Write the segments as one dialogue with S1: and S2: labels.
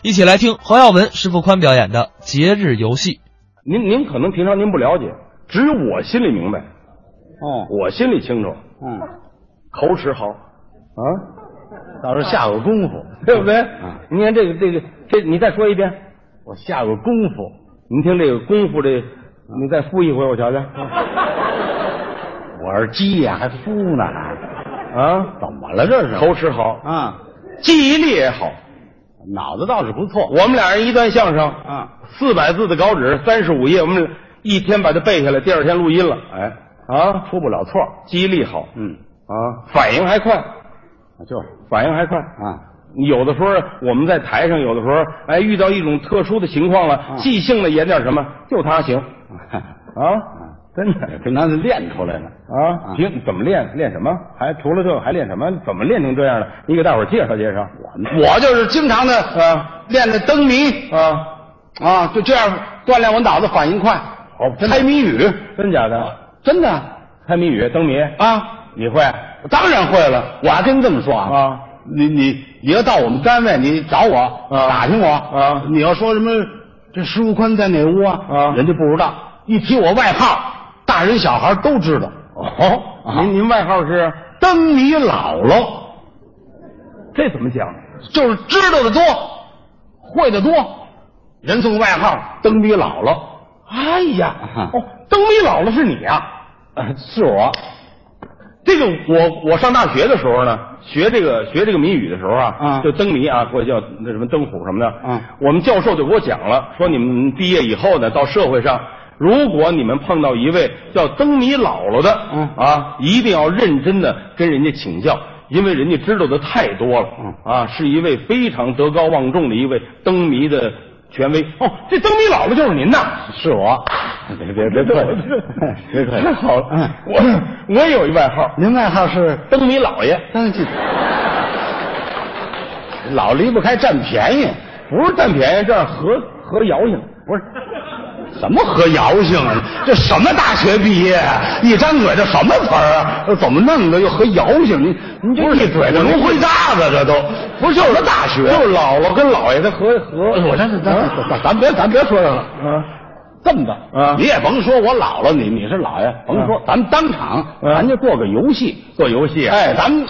S1: 一起来听侯耀文、石富宽表演的《节日游戏》。
S2: 您您可能平常您不了解，只有我心里明白，
S3: 哦，
S2: 我心里清楚。
S3: 嗯，
S4: 啊
S2: 口齿好，
S3: 啊，
S4: 倒是下过功夫，
S2: 对不对？你看这个这个这，你再说一遍，
S4: 嗯我下过功夫，嗯
S2: 你听这个功夫这，你再复一回我瞧瞧。
S4: 我是鸡呀，还孵呢，
S2: 啊，
S4: 怎么了这是？
S2: 口齿好，
S3: 啊，
S2: 记忆力也好。
S4: 脑子倒是不错，
S2: 我们俩人一段相声
S4: 嗯
S3: 啊，
S2: 四百字的稿纸，三十五页，我们一天把它背下来，第二天录音了。
S4: 哎，
S2: 啊，
S4: 出不了错，
S2: 记忆力好，
S4: 嗯，啊
S2: 啊，反应还快，
S4: 就是
S2: 反应还快。
S4: 啊，
S2: 有的时候我们在台上，有的时候哎遇到一种特殊的情况
S4: 啊
S2: 了，即兴的演点什么，就他行啊，真的
S4: 平常是练出来的，
S2: 啊。行，怎么练？练什么？还除了这个还练什么？怎么练成这样的？你给大伙儿介绍介绍。
S4: 我就是经常的呃练的灯谜
S2: 啊，
S4: 啊，就这样锻炼我脑子反应快，
S2: 好真的
S4: 猜谜语，
S2: 真假的？
S4: 哦真的
S2: 猜谜语、灯谜，
S4: 啊，
S2: 你会
S4: 我当然会了，我还跟你这么说啊。
S2: 啊？
S4: 你你你要到我们单位，你找我，
S2: 啊
S4: 打听我
S2: 啊
S4: 你要说什么这石富宽在哪屋啊？
S2: 啊
S4: 人家不知道。一提我外号，大人小孩都知道。
S2: 哦，您
S4: 您
S2: 您外号是？
S4: 灯谜姥姥，
S2: 这怎么讲？
S4: 就是知道的多，会的多，人送外号灯谜姥姥。
S2: 哎呀
S4: 啊，
S2: 哦，灯谜姥姥是你啊？
S4: 是我
S2: 这个我我上大学的时候呢，学这个学这个谜语的时候啊，
S4: 啊
S2: 就灯谜啊，或者叫那什么灯虎什么的，
S4: 嗯
S2: 我们教授就给我讲了，说你们毕业以后呢，到社会上，如果你们碰到一位叫灯谜姥姥的，
S4: 嗯
S2: 啊，一定要认真的跟人家请教，因为人家知道的太多了，
S4: 嗯
S2: 啊，是一位非常德高望重的一位灯谜的权威。哦，这灯谜姥姥就是您呐。
S4: 是我，别 别别客气，别客气，
S2: 太好了，
S4: 嗯，
S2: 我我也有一外号，
S4: 您外号是
S2: 灯谜老爷。
S4: 当季，老离不开占便宜，
S2: 不是占便宜，这样合合谣性。
S4: 不是什么和姚性啊？这什么大学毕业？啊一张嘴这什么词儿啊？这怎么弄的又和姚性？您您这一嘴这芦灰渣子，这都不是就是大学，
S2: 就是姥姥跟姥爷他合合。
S4: 哎我这
S2: 啊
S4: 这咱咱咱别咱别说这个了。
S2: 嗯，
S4: 这么的，
S2: 啊
S4: 你也甭说我姥姥，你你是姥爷，甭说
S2: 啊，
S4: 咱们当场，
S2: 啊
S4: 咱就做个游戏，
S2: 做游戏啊！
S4: 哎，咱 们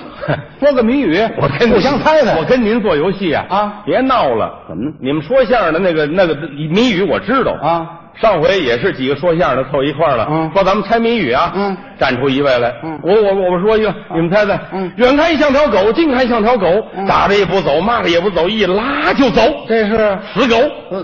S4: 说个谜语，
S2: 我跟
S4: 互相猜猜。
S2: 我跟您做游戏啊！
S4: 啊
S2: 别闹了，
S4: 怎么呢
S2: 你们说相声的那个那个谜语我知道
S4: 啊。
S2: 上回也是几个说相声的凑一块儿了，
S4: 嗯
S2: 说咱们猜谜语啊，
S4: 嗯
S2: 站出一位来，
S4: 嗯
S2: 我我我说一个，你们猜猜，
S4: 嗯
S2: 远看像条狗，近看像条狗，
S4: 嗯
S2: 打着也不走，骂着也不走，一拉就走，
S4: 这是
S2: 死狗，
S4: 嗯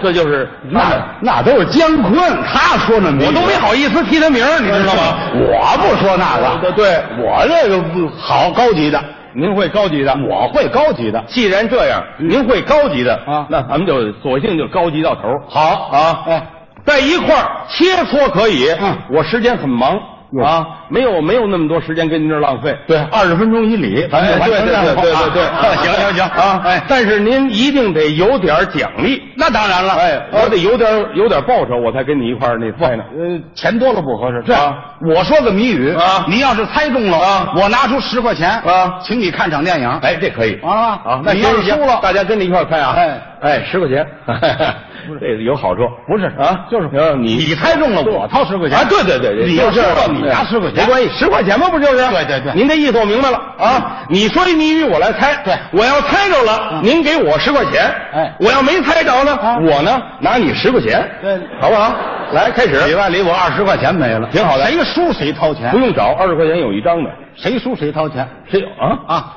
S2: 这就是
S4: 那那都是姜昆，他说那谜语
S2: 我都没好意思提他名儿，你知道吗？
S4: 我不说那
S2: 对
S4: 个，
S2: 对，
S4: 我这个不好高级的，
S2: 您会高级的。
S4: 我会高级的。嗯
S2: 既然这样，您会高级的
S4: 啊
S2: 那咱们就索性就高级到头。
S4: 好
S2: 啊，
S4: 哎，
S2: 在一块儿切磋可以。
S4: 嗯
S2: 我时间很忙
S4: 哟
S2: 啊，没有没有那么多时间跟您这儿浪费。
S4: 对，二十分钟以里，咱
S2: 哎，
S4: 们
S2: 对对对对对对，
S4: 行行行
S2: 啊！哎，，但是您一定得有点奖励。
S4: 那当然了，
S2: 哎，我得有点有点报酬，我才跟你一块儿那猜呢。
S4: 呃，钱多了不合适。这
S2: 啊
S4: 样，我说个谜语
S2: 啊
S4: 你要是猜中了
S2: 啊
S4: 我拿出十块钱
S2: 啊
S4: 请你看场电影。
S2: 哎，这可以
S4: 完了吧
S2: 啊！那
S4: 你要
S2: 行
S4: 是
S2: 行
S4: 输了
S2: 大家跟着一块儿猜啊！
S4: 哎
S2: 哎，十块钱， 这个有好处。
S4: 不是
S2: 啊，
S4: 就是
S2: 呃你
S4: 你猜中了，我掏十块钱
S2: 啊，对对对，对
S4: 你要
S2: 就是啊
S4: 知道你拿十块钱
S2: 没关系，十块钱嘛，不就是？
S4: 对对对
S2: 您这意思我明白了啊。你说一谜语，我来猜。
S4: 对
S2: 我要猜着了，
S4: 嗯
S2: 您给我十块钱。
S4: 哎
S2: 我要没猜着呢
S4: 啊，
S2: 我呢拿你十块钱，
S4: 对
S2: 好不好？来，开始，
S4: 里外里我二十块钱没了，
S2: 挺好的
S4: 谁输谁掏钱
S2: 不，用找，二十块钱有一张的。
S4: 谁输谁掏钱
S2: 谁有啊？
S4: 啊？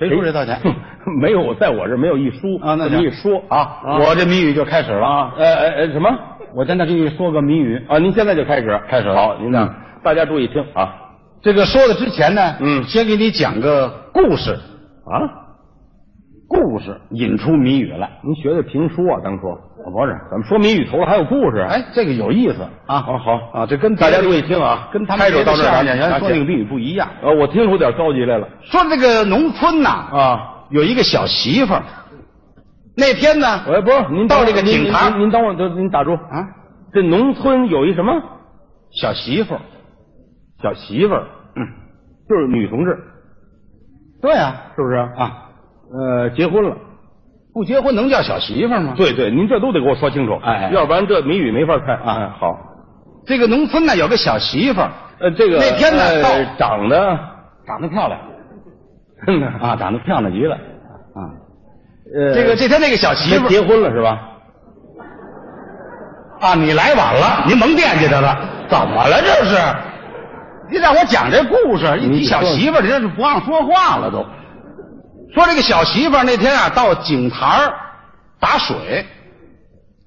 S4: 谁输谁掏钱？
S2: 哼没有，在我这儿没有一输
S4: 啊那
S2: 这么
S4: 行
S2: 一说
S4: 啊，我这谜语就开始了啊！
S2: 呃呃呃，什么？
S4: 我现在给你说个谜语，
S2: 啊，您现在就开始，
S4: 开始了
S2: 好，您呢
S4: 嗯？
S2: 大家注意听啊
S4: 这个说的之前呢，
S2: 嗯
S4: 先给你讲个故事，
S2: 啊！
S4: 故事引出谜语来。
S2: 您学的评书啊，当初不是，咱们说谜语头了还有故事。，
S4: 哎，这个有意思啊！
S2: 好好
S4: 啊，这跟
S2: 大家注意听啊，
S4: 跟他们
S2: 开手到这儿啊，
S4: 演
S2: 啊
S4: 员说那个
S2: 行
S4: 谜语不一样。
S2: 呃，我听出点高级来了
S4: 说这个农村呐，啊
S2: 啊！
S4: 有一个小媳妇儿，那天呢，
S2: 哎，不是，您等
S4: 到
S2: 会儿
S4: 这个警察
S2: 您您您等会儿，您您打住。
S4: 啊，
S2: 这农村有一什么
S4: 小媳妇儿，
S2: 小媳妇儿，
S4: 嗯，
S2: 就是女同志，
S4: 对啊，
S2: 是不是？
S4: 啊，
S2: 呃，结婚了，
S4: 不结婚能叫小媳妇儿吗？，
S2: 对对，您这都得给我说清楚，
S4: 哎哎
S2: 要不然这谜语没法看
S4: 啊
S2: 哎好，
S4: 这个农村呢有个小媳妇儿，
S2: 呃，这个
S4: 那天呢
S2: 呃
S4: 到
S2: 长得，
S4: 长得漂亮
S2: 呃，
S4: 啊，长得漂亮极了啊。这个这天那个小媳
S2: 这
S4: 妇
S2: 结
S4: 儿
S2: 婚了是吧？
S4: 啊，你来晚了，您甭惦记着了，怎么了这是？你让我讲这故事，一提
S2: 你说
S4: 小媳妇儿，这是不让说话了都。说这个小媳妇儿那天啊到井台儿打水，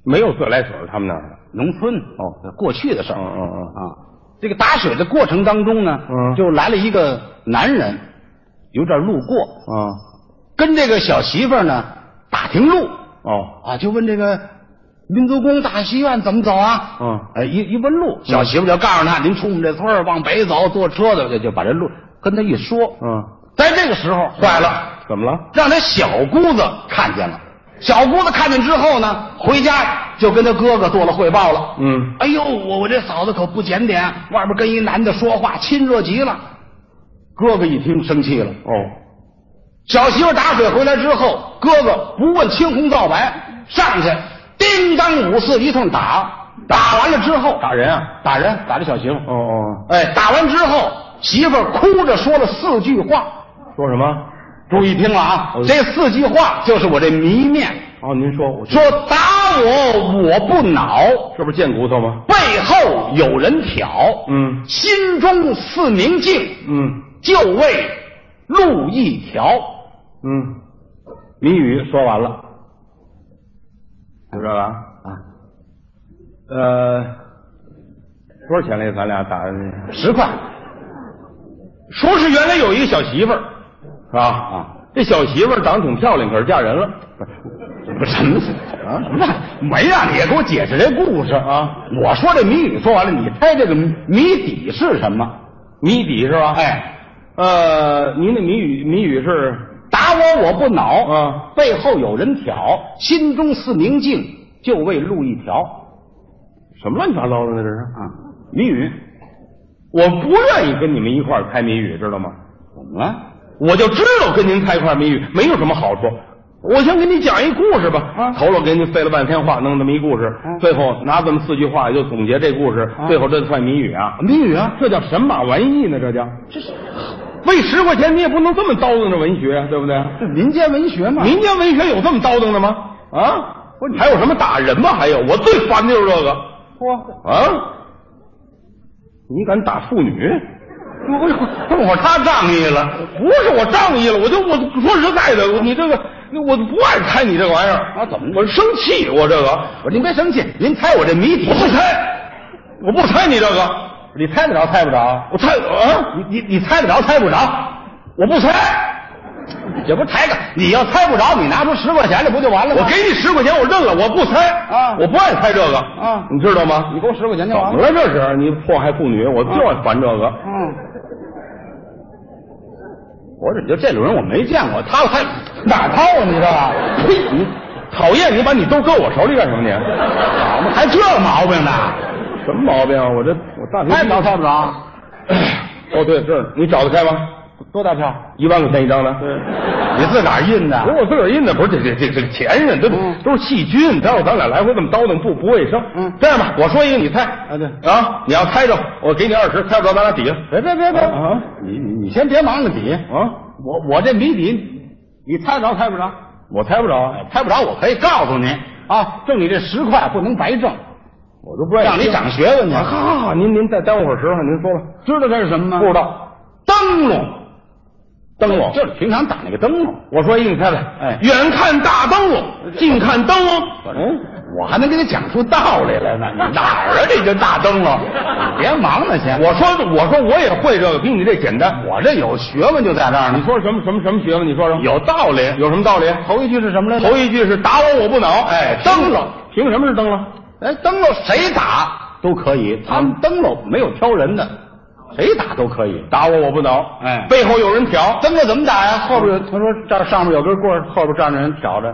S2: 没有自来水儿，他们那儿的。
S4: 农村哦，过去的事儿。
S2: 嗯嗯嗯，
S4: 啊，这个打水的过程当中呢，
S2: 嗯
S4: 就来了一个男人，由这儿嗯路过，
S2: 啊
S4: 跟这个小媳妇儿呢打听路
S2: 哦，
S4: 啊，就问这个民族宫大戏院怎么走啊？
S2: 嗯
S4: 哎，一一问路，小媳妇儿就告诉他，您出我们这村儿往北走，坐车的就就把这路跟他一说。
S2: 嗯，
S4: 在这个时候坏嗯了，
S2: 怎么了？
S4: 让他小姑子看见了。小姑子看见之后呢，回家就跟他哥哥做了汇报了。
S2: 嗯，
S4: 哎呦，我我这嫂子可不检点，外边跟一男的说话，亲热极了。哥哥一听生气了，
S2: 哦，
S4: 小媳妇打水回来之后，哥哥不问青红皂白，上去叮当五四一通打，打完了之后
S2: 打人啊？
S4: 打人打这小媳妇，
S2: 哦哦，
S4: 哎，打完之后媳妇儿哭着说了四句话，
S2: 说什么？
S4: 注意听了啊，这四句话就是我这谜面，
S2: 哦，您说，我
S4: 说打我我不恼，
S2: 这不是贱骨头吗？
S4: 背后有人挑，
S2: 嗯
S4: 心中似明镜，
S2: 嗯
S4: 就为路一条。
S2: 嗯，谜语说完了，就这个啊。
S4: 啊，
S2: 呃，多少钱来？咱俩打的这
S4: 十块
S2: 说是原来有一个小媳妇儿，是吧？
S4: 啊，
S2: 这小媳妇儿长得挺漂亮，可是嫁人了。
S4: 不是什么啊？什么？没让你给我解释这故事
S2: 啊！
S4: 我说这谜语说完了，你猜这个谜底是什么？
S2: 谜底是吧？，
S4: 哎，
S2: 呃，您的谜语谜语是
S4: 打我我不恼，
S2: 嗯，
S4: 背后有人挑，心中似明镜，就为路一条
S2: 什么乱七八糟的呢？这是
S4: 啊！谜语
S2: 我不愿意跟你们一块儿猜谜语，知道吗？
S4: 怎么了？
S2: 我就知道跟您猜一块谜语没有什么好处。我先给你讲一故事吧，
S4: 啊
S2: 头了给您费了半天话，弄这么一故事，
S4: 嗯
S2: 最后拿这么四句话就总结这故事，
S4: 啊
S2: 最后这算谜语啊？
S4: 谜语啊，
S2: 这叫神马玩意呢？这叫这是为十块钱你也不能这么叨叨着文学，啊对不对？
S4: 这民间文学嘛
S2: 民间文学有这么叨叨的吗？啊，不是你还有什么打人吗？还有，我最烦的就是这个
S4: 嚯！
S2: 啊！你敢打妇女？
S4: 我我
S2: 我他仗义了，不是我仗义了，我就我说实在的，你这个我不爱猜你这玩意儿
S4: 啊怎么
S2: 我生气，我这个
S4: 我您别生气，您猜我这谜底
S2: 我不猜，我不猜你这个，
S4: 你猜得着猜不着？
S2: 我猜啊，
S4: 你你你猜得着猜不着？
S2: 我不猜，
S4: 也不猜个，你要猜不着，你拿出十块钱来不就完了
S2: 我
S4: 吗？
S2: 给你十块钱，我认了，我不猜
S4: 啊
S2: 我不爱猜这个
S4: 啊
S2: 你知道吗？
S4: 你给我十块钱
S2: 怎么
S4: 就完了。
S2: 了？这是你迫害妇女，我就爱烦这个。
S4: 嗯。我怎么就这种人我没见过？他还哪套啊？你这个，
S2: 呸！你讨厌，你把你都搁我手里干什么？你
S4: 好嘛，还这毛病呢？
S2: 什么毛病啊？我这我大学
S4: 猜不着，猜不着，
S2: 哦，对，这儿你找得开吗？
S4: 多大票？
S2: 一万块钱一张的。对。
S4: 你自个儿印
S2: 不是
S4: 的。
S2: 我自个儿印的，不是这这这这个前任，这都
S4: 啊嗯
S2: 都是细菌。待会儿咱俩来回这么叨叨，不不卫生。
S4: 嗯
S2: 这样吧，我说一个，你猜。
S4: 啊对
S2: 啊，你要猜着，我给你二十；猜不着，咱俩抵了。
S4: 别别别别
S2: 啊！
S4: 你你你先别忙着比，
S2: 啊，
S4: 我我这谜底，你猜得着猜不着？哎
S2: 我猜不着啊，
S4: 猜不着，我可以告诉你啊，挣你这十块不能白挣，
S2: 我都不爱
S4: 让你长学问去。
S2: 啊好好好，您您再耽误会儿时候，您说吧。
S4: 知道这是什么吗？
S2: 不知。道，
S4: 灯笼，哎
S2: 灯笼。
S4: 就是平常打那个灯笼。
S2: 我说一个，你猜猜。
S4: 哎
S2: 远看大灯笼，近看灯笼。
S4: 嗯，我还能给你讲出道理来呢。你哪儿啊？你这大灯 笼，你别忙了先。
S2: 我说我说我也会这个，比你这简单。
S4: 我这有学问就在这儿
S2: 你
S4: 呢。
S2: 说什么什么什么学问？你说说。
S4: 有道理
S2: 有什么道理？
S4: 头一句是什么来着？
S2: 头一句是打我我不恼。
S4: 哎
S2: 灯
S4: 是
S2: 笼，凭什么是灯笼？
S4: 哎，灯笼谁打都可以，嗯他们灯笼没有挑人的，谁打都可以。
S2: 打我我不挠，
S4: 哎
S2: 背后有人挑，
S4: 灯笼怎么打呀？后边有他说这儿上面有根棍儿，后边站着人挑着，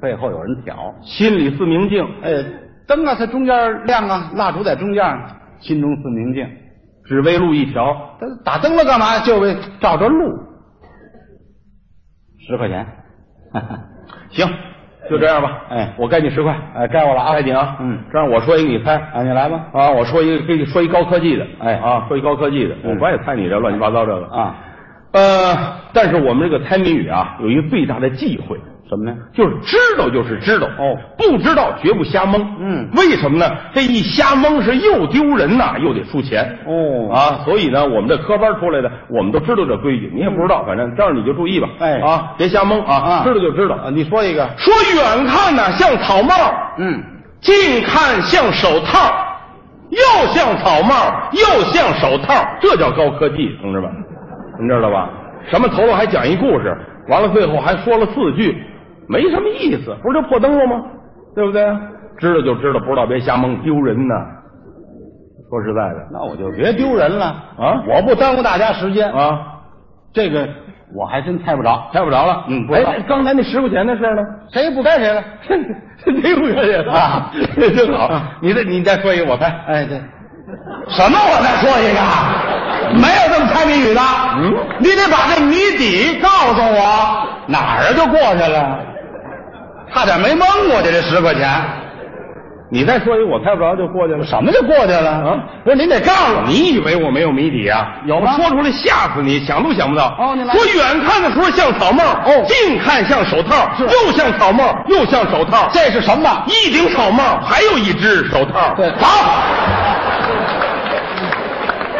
S4: 背后有人挑。
S2: 心里似明镜，
S4: 哎，灯啊，它中间亮啊，蜡烛在中间，心中似明镜。
S2: 只为路一条。
S4: 他打灯了干嘛呀？就为照着路。十块钱，
S2: 行，就这样吧。
S4: 哎
S2: 我该你十块。
S4: 哎，该我了啊！
S2: 该你啊。
S4: 嗯，
S2: 这样我说一个，你猜。
S4: 啊，你来吧。
S2: 啊，我说一个，给你说一高科技的。
S4: 哎
S2: 啊，说一高科技的，
S4: 嗯
S2: 我不爱猜你这乱七八糟这个。
S4: 啊，
S2: 呃，但是我们这个猜谜语啊，有一个最大的忌讳，
S4: 什么呢？
S2: 就是知道就是知道，
S4: 哦
S2: 不知道绝不瞎蒙。
S4: 嗯
S2: 为什么呢？这一瞎蒙是又丢人呐、又得输钱。
S4: 哦
S2: 啊，所以呢，我们这科班出来的，我们都知道这规矩，你也不知道，反正这样你就注意吧。
S4: 哎
S2: 啊，别瞎蒙啊，
S4: 啊
S2: 知道就知道。
S4: 啊，你说一个。
S2: 说远看呐、像草帽；
S4: 嗯，
S2: 近看像手套，又像草帽，又像手套，这叫高科技，同志们，您知道吧？什么头了还讲一故事，完了最后还说了四句，没什么意思，不是就破灯笼吗？对不对？知道就知道，不知道别瞎蒙，丢人呐！说实在的
S4: 那我就别丢人了
S2: 啊
S4: 我不耽误大家时间。
S2: 啊，
S4: 这个我还真猜不着，
S2: 猜不着了。
S4: 嗯不知
S2: 哎
S4: 道，
S2: 那刚才那十块钱的事儿呢？
S4: 谁也不 该谁了。
S2: 六块钱
S4: 啊
S2: 真好
S4: 啊。
S2: 你再你再说一个，我猜。
S4: 哎，对，
S2: 什么？我再说一个，没有这么猜谜语的。嗯，你得把这谜底告诉我，哪儿就过去了，差点没蒙过去这十块钱。你再说一，我猜不着就过去了。什么就过去了啊？不是，您得告诉我，你以为我没有谜底啊？
S4: 有
S2: 我
S4: 吗
S2: 说出来吓死你，想都想不到。
S4: 哦你来
S2: 说远看的时候像草帽，哦，近看像手套，又像草帽，又像手套，
S4: 这是什么？
S2: 一顶草帽，还有一只手套。
S4: 对
S2: 好。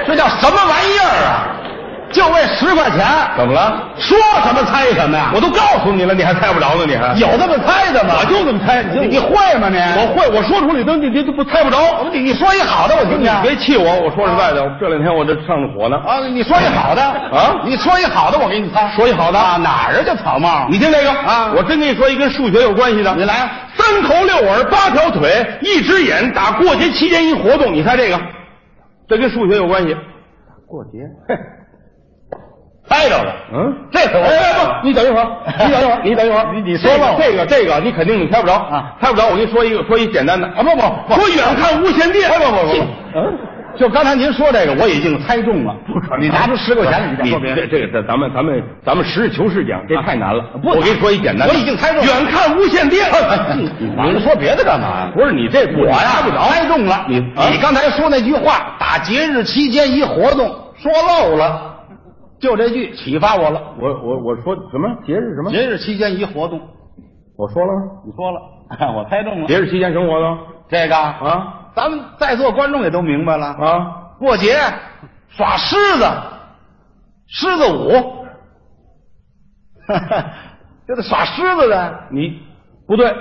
S4: 这叫什么玩意儿啊？就为十块钱，
S2: 怎么了？
S4: 说什么猜什么呀？
S2: 我都告诉你了，你还猜不着呢，你还
S4: 有这么猜的吗？
S2: 我就这么猜，
S4: 你你会吗你？
S2: 我会，我说出来都你你都不猜不着。
S4: 你你说一好的我听听。
S2: 别气我，我说实在的，这两天我这上着火呢。
S4: 啊，你说一好的
S2: 啊
S4: 你说一好的我给你猜。
S2: 说一好的
S4: 啊，哪儿啊？这草帽？
S2: 你听这个
S4: 啊
S2: 我真跟你说一跟数学有关系的。
S4: 你来啊，
S2: 三头六耳八条腿一只眼，打过节期间一活动，你猜这个？这跟数学有关系？
S4: 过节
S2: 猜着了。
S4: 嗯
S2: 这回哎不，你等一会儿， 你等一会儿，你等一会儿，
S4: 你你说吧
S2: 这个这个这个你肯定你猜不着
S4: 啊，
S2: 猜不着。我跟你说一个，说一简单的啊，不不，说远看无线电，不不不不。
S4: 嗯，就刚才您说这个，我已经猜中了。不可能，你拿出十块钱，再
S2: 你
S4: 说别
S2: 这
S4: 人。
S2: 这个这咱们咱们咱们实事求是讲，这太难了。
S4: 啊不
S2: 我跟你说一简单的，
S4: 我已经猜中了
S2: 远看无线电。
S4: 你说别的干嘛呀？
S2: 不是你这
S4: 我呀
S2: 猜不着，
S4: 猜中了。你
S2: 啊
S4: 你刚才说那句话，打节日期间一活动，说漏了，就这句启发我了。
S2: 我我我说什么节日什么？
S4: 节日期间一活动，
S2: 我说了 吗？
S4: 你说了，我猜中了。
S2: 节日期间生活的
S4: 这个啊，
S2: 啊
S4: 咱们在座观众也都明白了。
S2: 啊，
S4: 过节耍狮子，狮子舞，这得耍狮子的，
S2: 你不对，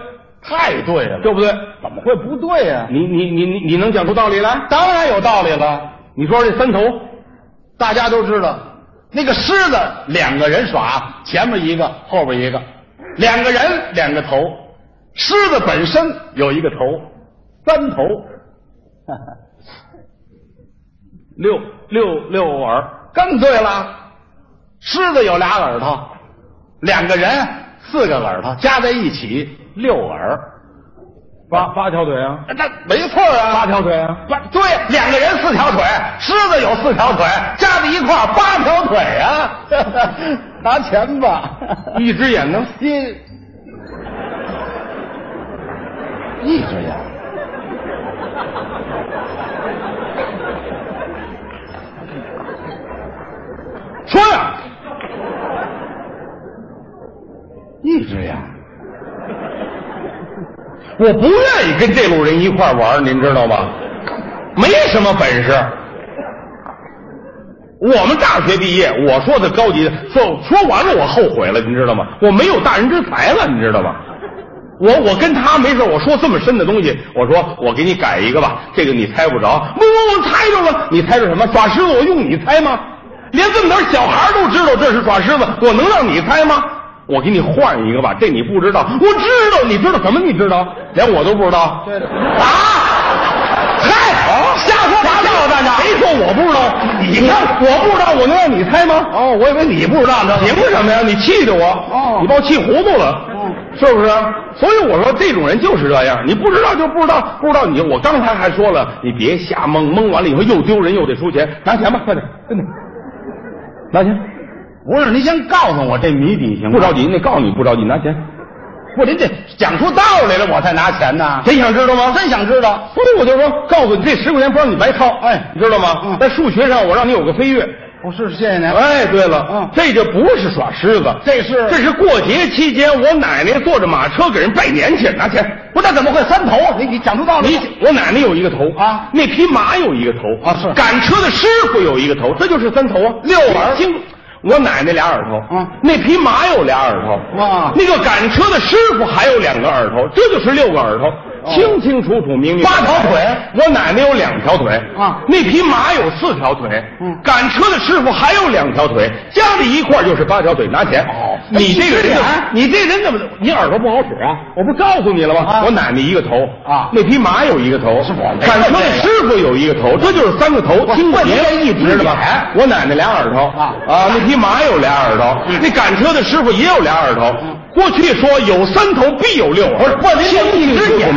S4: 太对了，
S2: 对不对？
S4: 怎么会不对呀、
S2: 你你你你你能讲出道理来？
S4: 当然有道理了，
S2: 你说这三头，
S4: 大家都知道，那个狮子两个人耍，前面一个，后边一个，两个人两个头，狮子本身有一个头，三头，
S2: 六六六耳，
S4: 更对了，狮子有俩耳朵，两个人四个耳朵加在一起六耳。
S2: 八八条腿啊，
S4: 那没错啊，
S2: 八条腿 啊，
S4: 不对，两个人四条腿，狮子有四条腿，加在一块儿八条腿啊！拿钱吧，
S2: 一只眼呢？
S4: 一一只眼，
S2: 说呀，
S4: 一只眼，
S2: 我不愿意跟这路人一块玩，您知道吗？没什么本事。我们大学毕业，我说的高级的，说说完了我后悔了，您知道吗？我没有大人之才了，你知道吗？我我跟他没事，我说这么深的东西，我说我给你改一个吧，这个你猜不着。不不，我猜着了，你猜着什么？耍狮子，我用你猜吗？连这么点小孩都知道这是耍狮子，我能让你猜吗？我给你换一个吧，这你不知道，我知道，你知道什么？你知道，连我都不知道。
S4: 对的
S2: 啊！嗨，瞎说八道啊！大家哦谁说我不知道？你看我不知道，我能让你猜吗？
S4: 哦，我以为你不知道呢
S2: 凭什么呀？你气的我，
S4: 哦
S2: 你把我气糊涂了，
S4: 嗯
S2: 是不是？所以我说这种人就是这样，你不知道就不知道，不知道你我刚才还说了，你别瞎蒙，蒙完了以后又丢人又得输钱，拿钱吧，快点，真的，拿钱，
S4: 不是，你先告诉我这谜底行吗？
S2: 啊不着急，那告诉你不着急，拿钱，
S4: 不是您这讲出道来了，我才拿钱呢。
S2: 真想知道吗？
S4: 真想知道，
S2: 不是，我就说，告诉你，这十块钱不让你白掏，
S4: 哎
S2: 你知道吗？
S4: 嗯
S2: 在数学上，我让你有个飞跃。
S4: 我是谢谢您。
S2: 哎，对了，
S4: 嗯
S2: 这就不是耍狮子，
S4: 这是
S2: 这是过节期间，我奶奶坐着马车给人拜年去，拿钱。
S4: 不是，那怎么会三头啊？你你讲出道理
S2: 你我奶奶有一个头
S4: 啊
S2: 那匹马有一个头
S4: 啊是
S2: 赶车的师傅有一个头，这就是三头啊，
S4: 六耳
S2: 听我奶奶俩耳朵，
S4: 嗯
S2: 那匹马有俩耳朵，
S4: 哇
S2: 那个赶车的师傅还有两个耳朵，这就是六个耳朵，
S4: 哦
S2: 清清楚楚明明。
S4: 八条腿
S2: 我奶奶有两条腿
S4: 啊
S2: 那匹马有四条腿，
S4: 嗯
S2: 赶车的师傅还有两条腿，加在一块儿就是八条腿，拿钱。
S4: 哦
S2: 你这个人怎么
S4: 哎，
S2: 你这人怎么，你耳朵不好使啊？我不告诉你了吗？
S4: 啊
S2: 我奶奶一个头
S4: 啊
S2: 那匹马有一个头，
S4: 是我没
S2: 赶车
S4: 看
S2: 的
S4: 见
S2: 师傅有一个头，这就是三个头。听过您一直的吧？我奶奶俩耳朵
S4: 啊嗯
S2: 啊，那匹马有俩耳朵，那赶车的师傅也有俩耳朵。过去说有三头必有六耳，不是不您一直眼。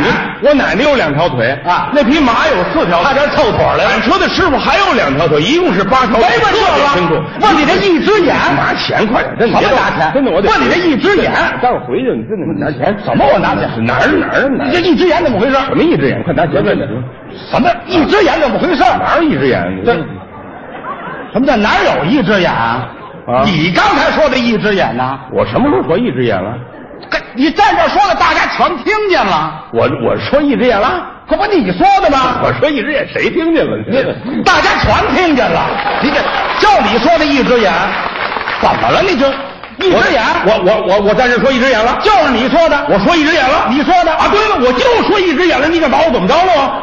S2: 我奶奶有两条腿
S4: 啊
S2: 那匹马有四条腿，差点凑腿了。赶车的师傅还有两条腿，一共是八条腿。
S4: 没问这
S2: 特别清楚
S4: 个。，问你这一只眼，
S2: 拿钱快点，真的
S4: 什
S2: 别
S4: 么拿钱
S2: 真的我得
S4: 问你这一只眼
S2: 待会儿回去你真的拿钱
S4: 什么我拿钱
S2: 哪儿哪儿哪儿
S4: 你这一只眼怎么回事？
S2: 什么一只眼？快拿钱！快点！
S4: 什么一只眼怎么回事？
S2: 哪有一只眼？
S4: 这什么叫哪有一只眼啊？
S2: 啊
S4: 你刚才说的一只眼呢？
S2: 我什么时候说一只眼了？
S4: 跟你在这儿说的，大家全听见了。
S2: 我我说一只眼了？
S4: 可不你说的吗？
S2: 我说一只眼，谁听见了？你
S4: 你大家全听见了。你这照你说的一只眼，怎么了？你这一只眼，
S2: 我我我我在这说一只眼了，
S4: 就是你说的。
S2: 我说一只眼了，
S4: 你说的
S2: 啊？对了，我就说一只眼了，你敢把我怎么着了吗？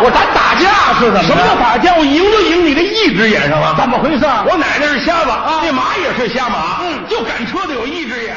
S4: 我咱打架是怎么着？
S2: 什么叫打架？我赢就赢你这一只眼上了，
S4: 怎么回事？啊嗯
S2: 我奶奶是瞎子，那马也是瞎马，就赶车的有一只眼。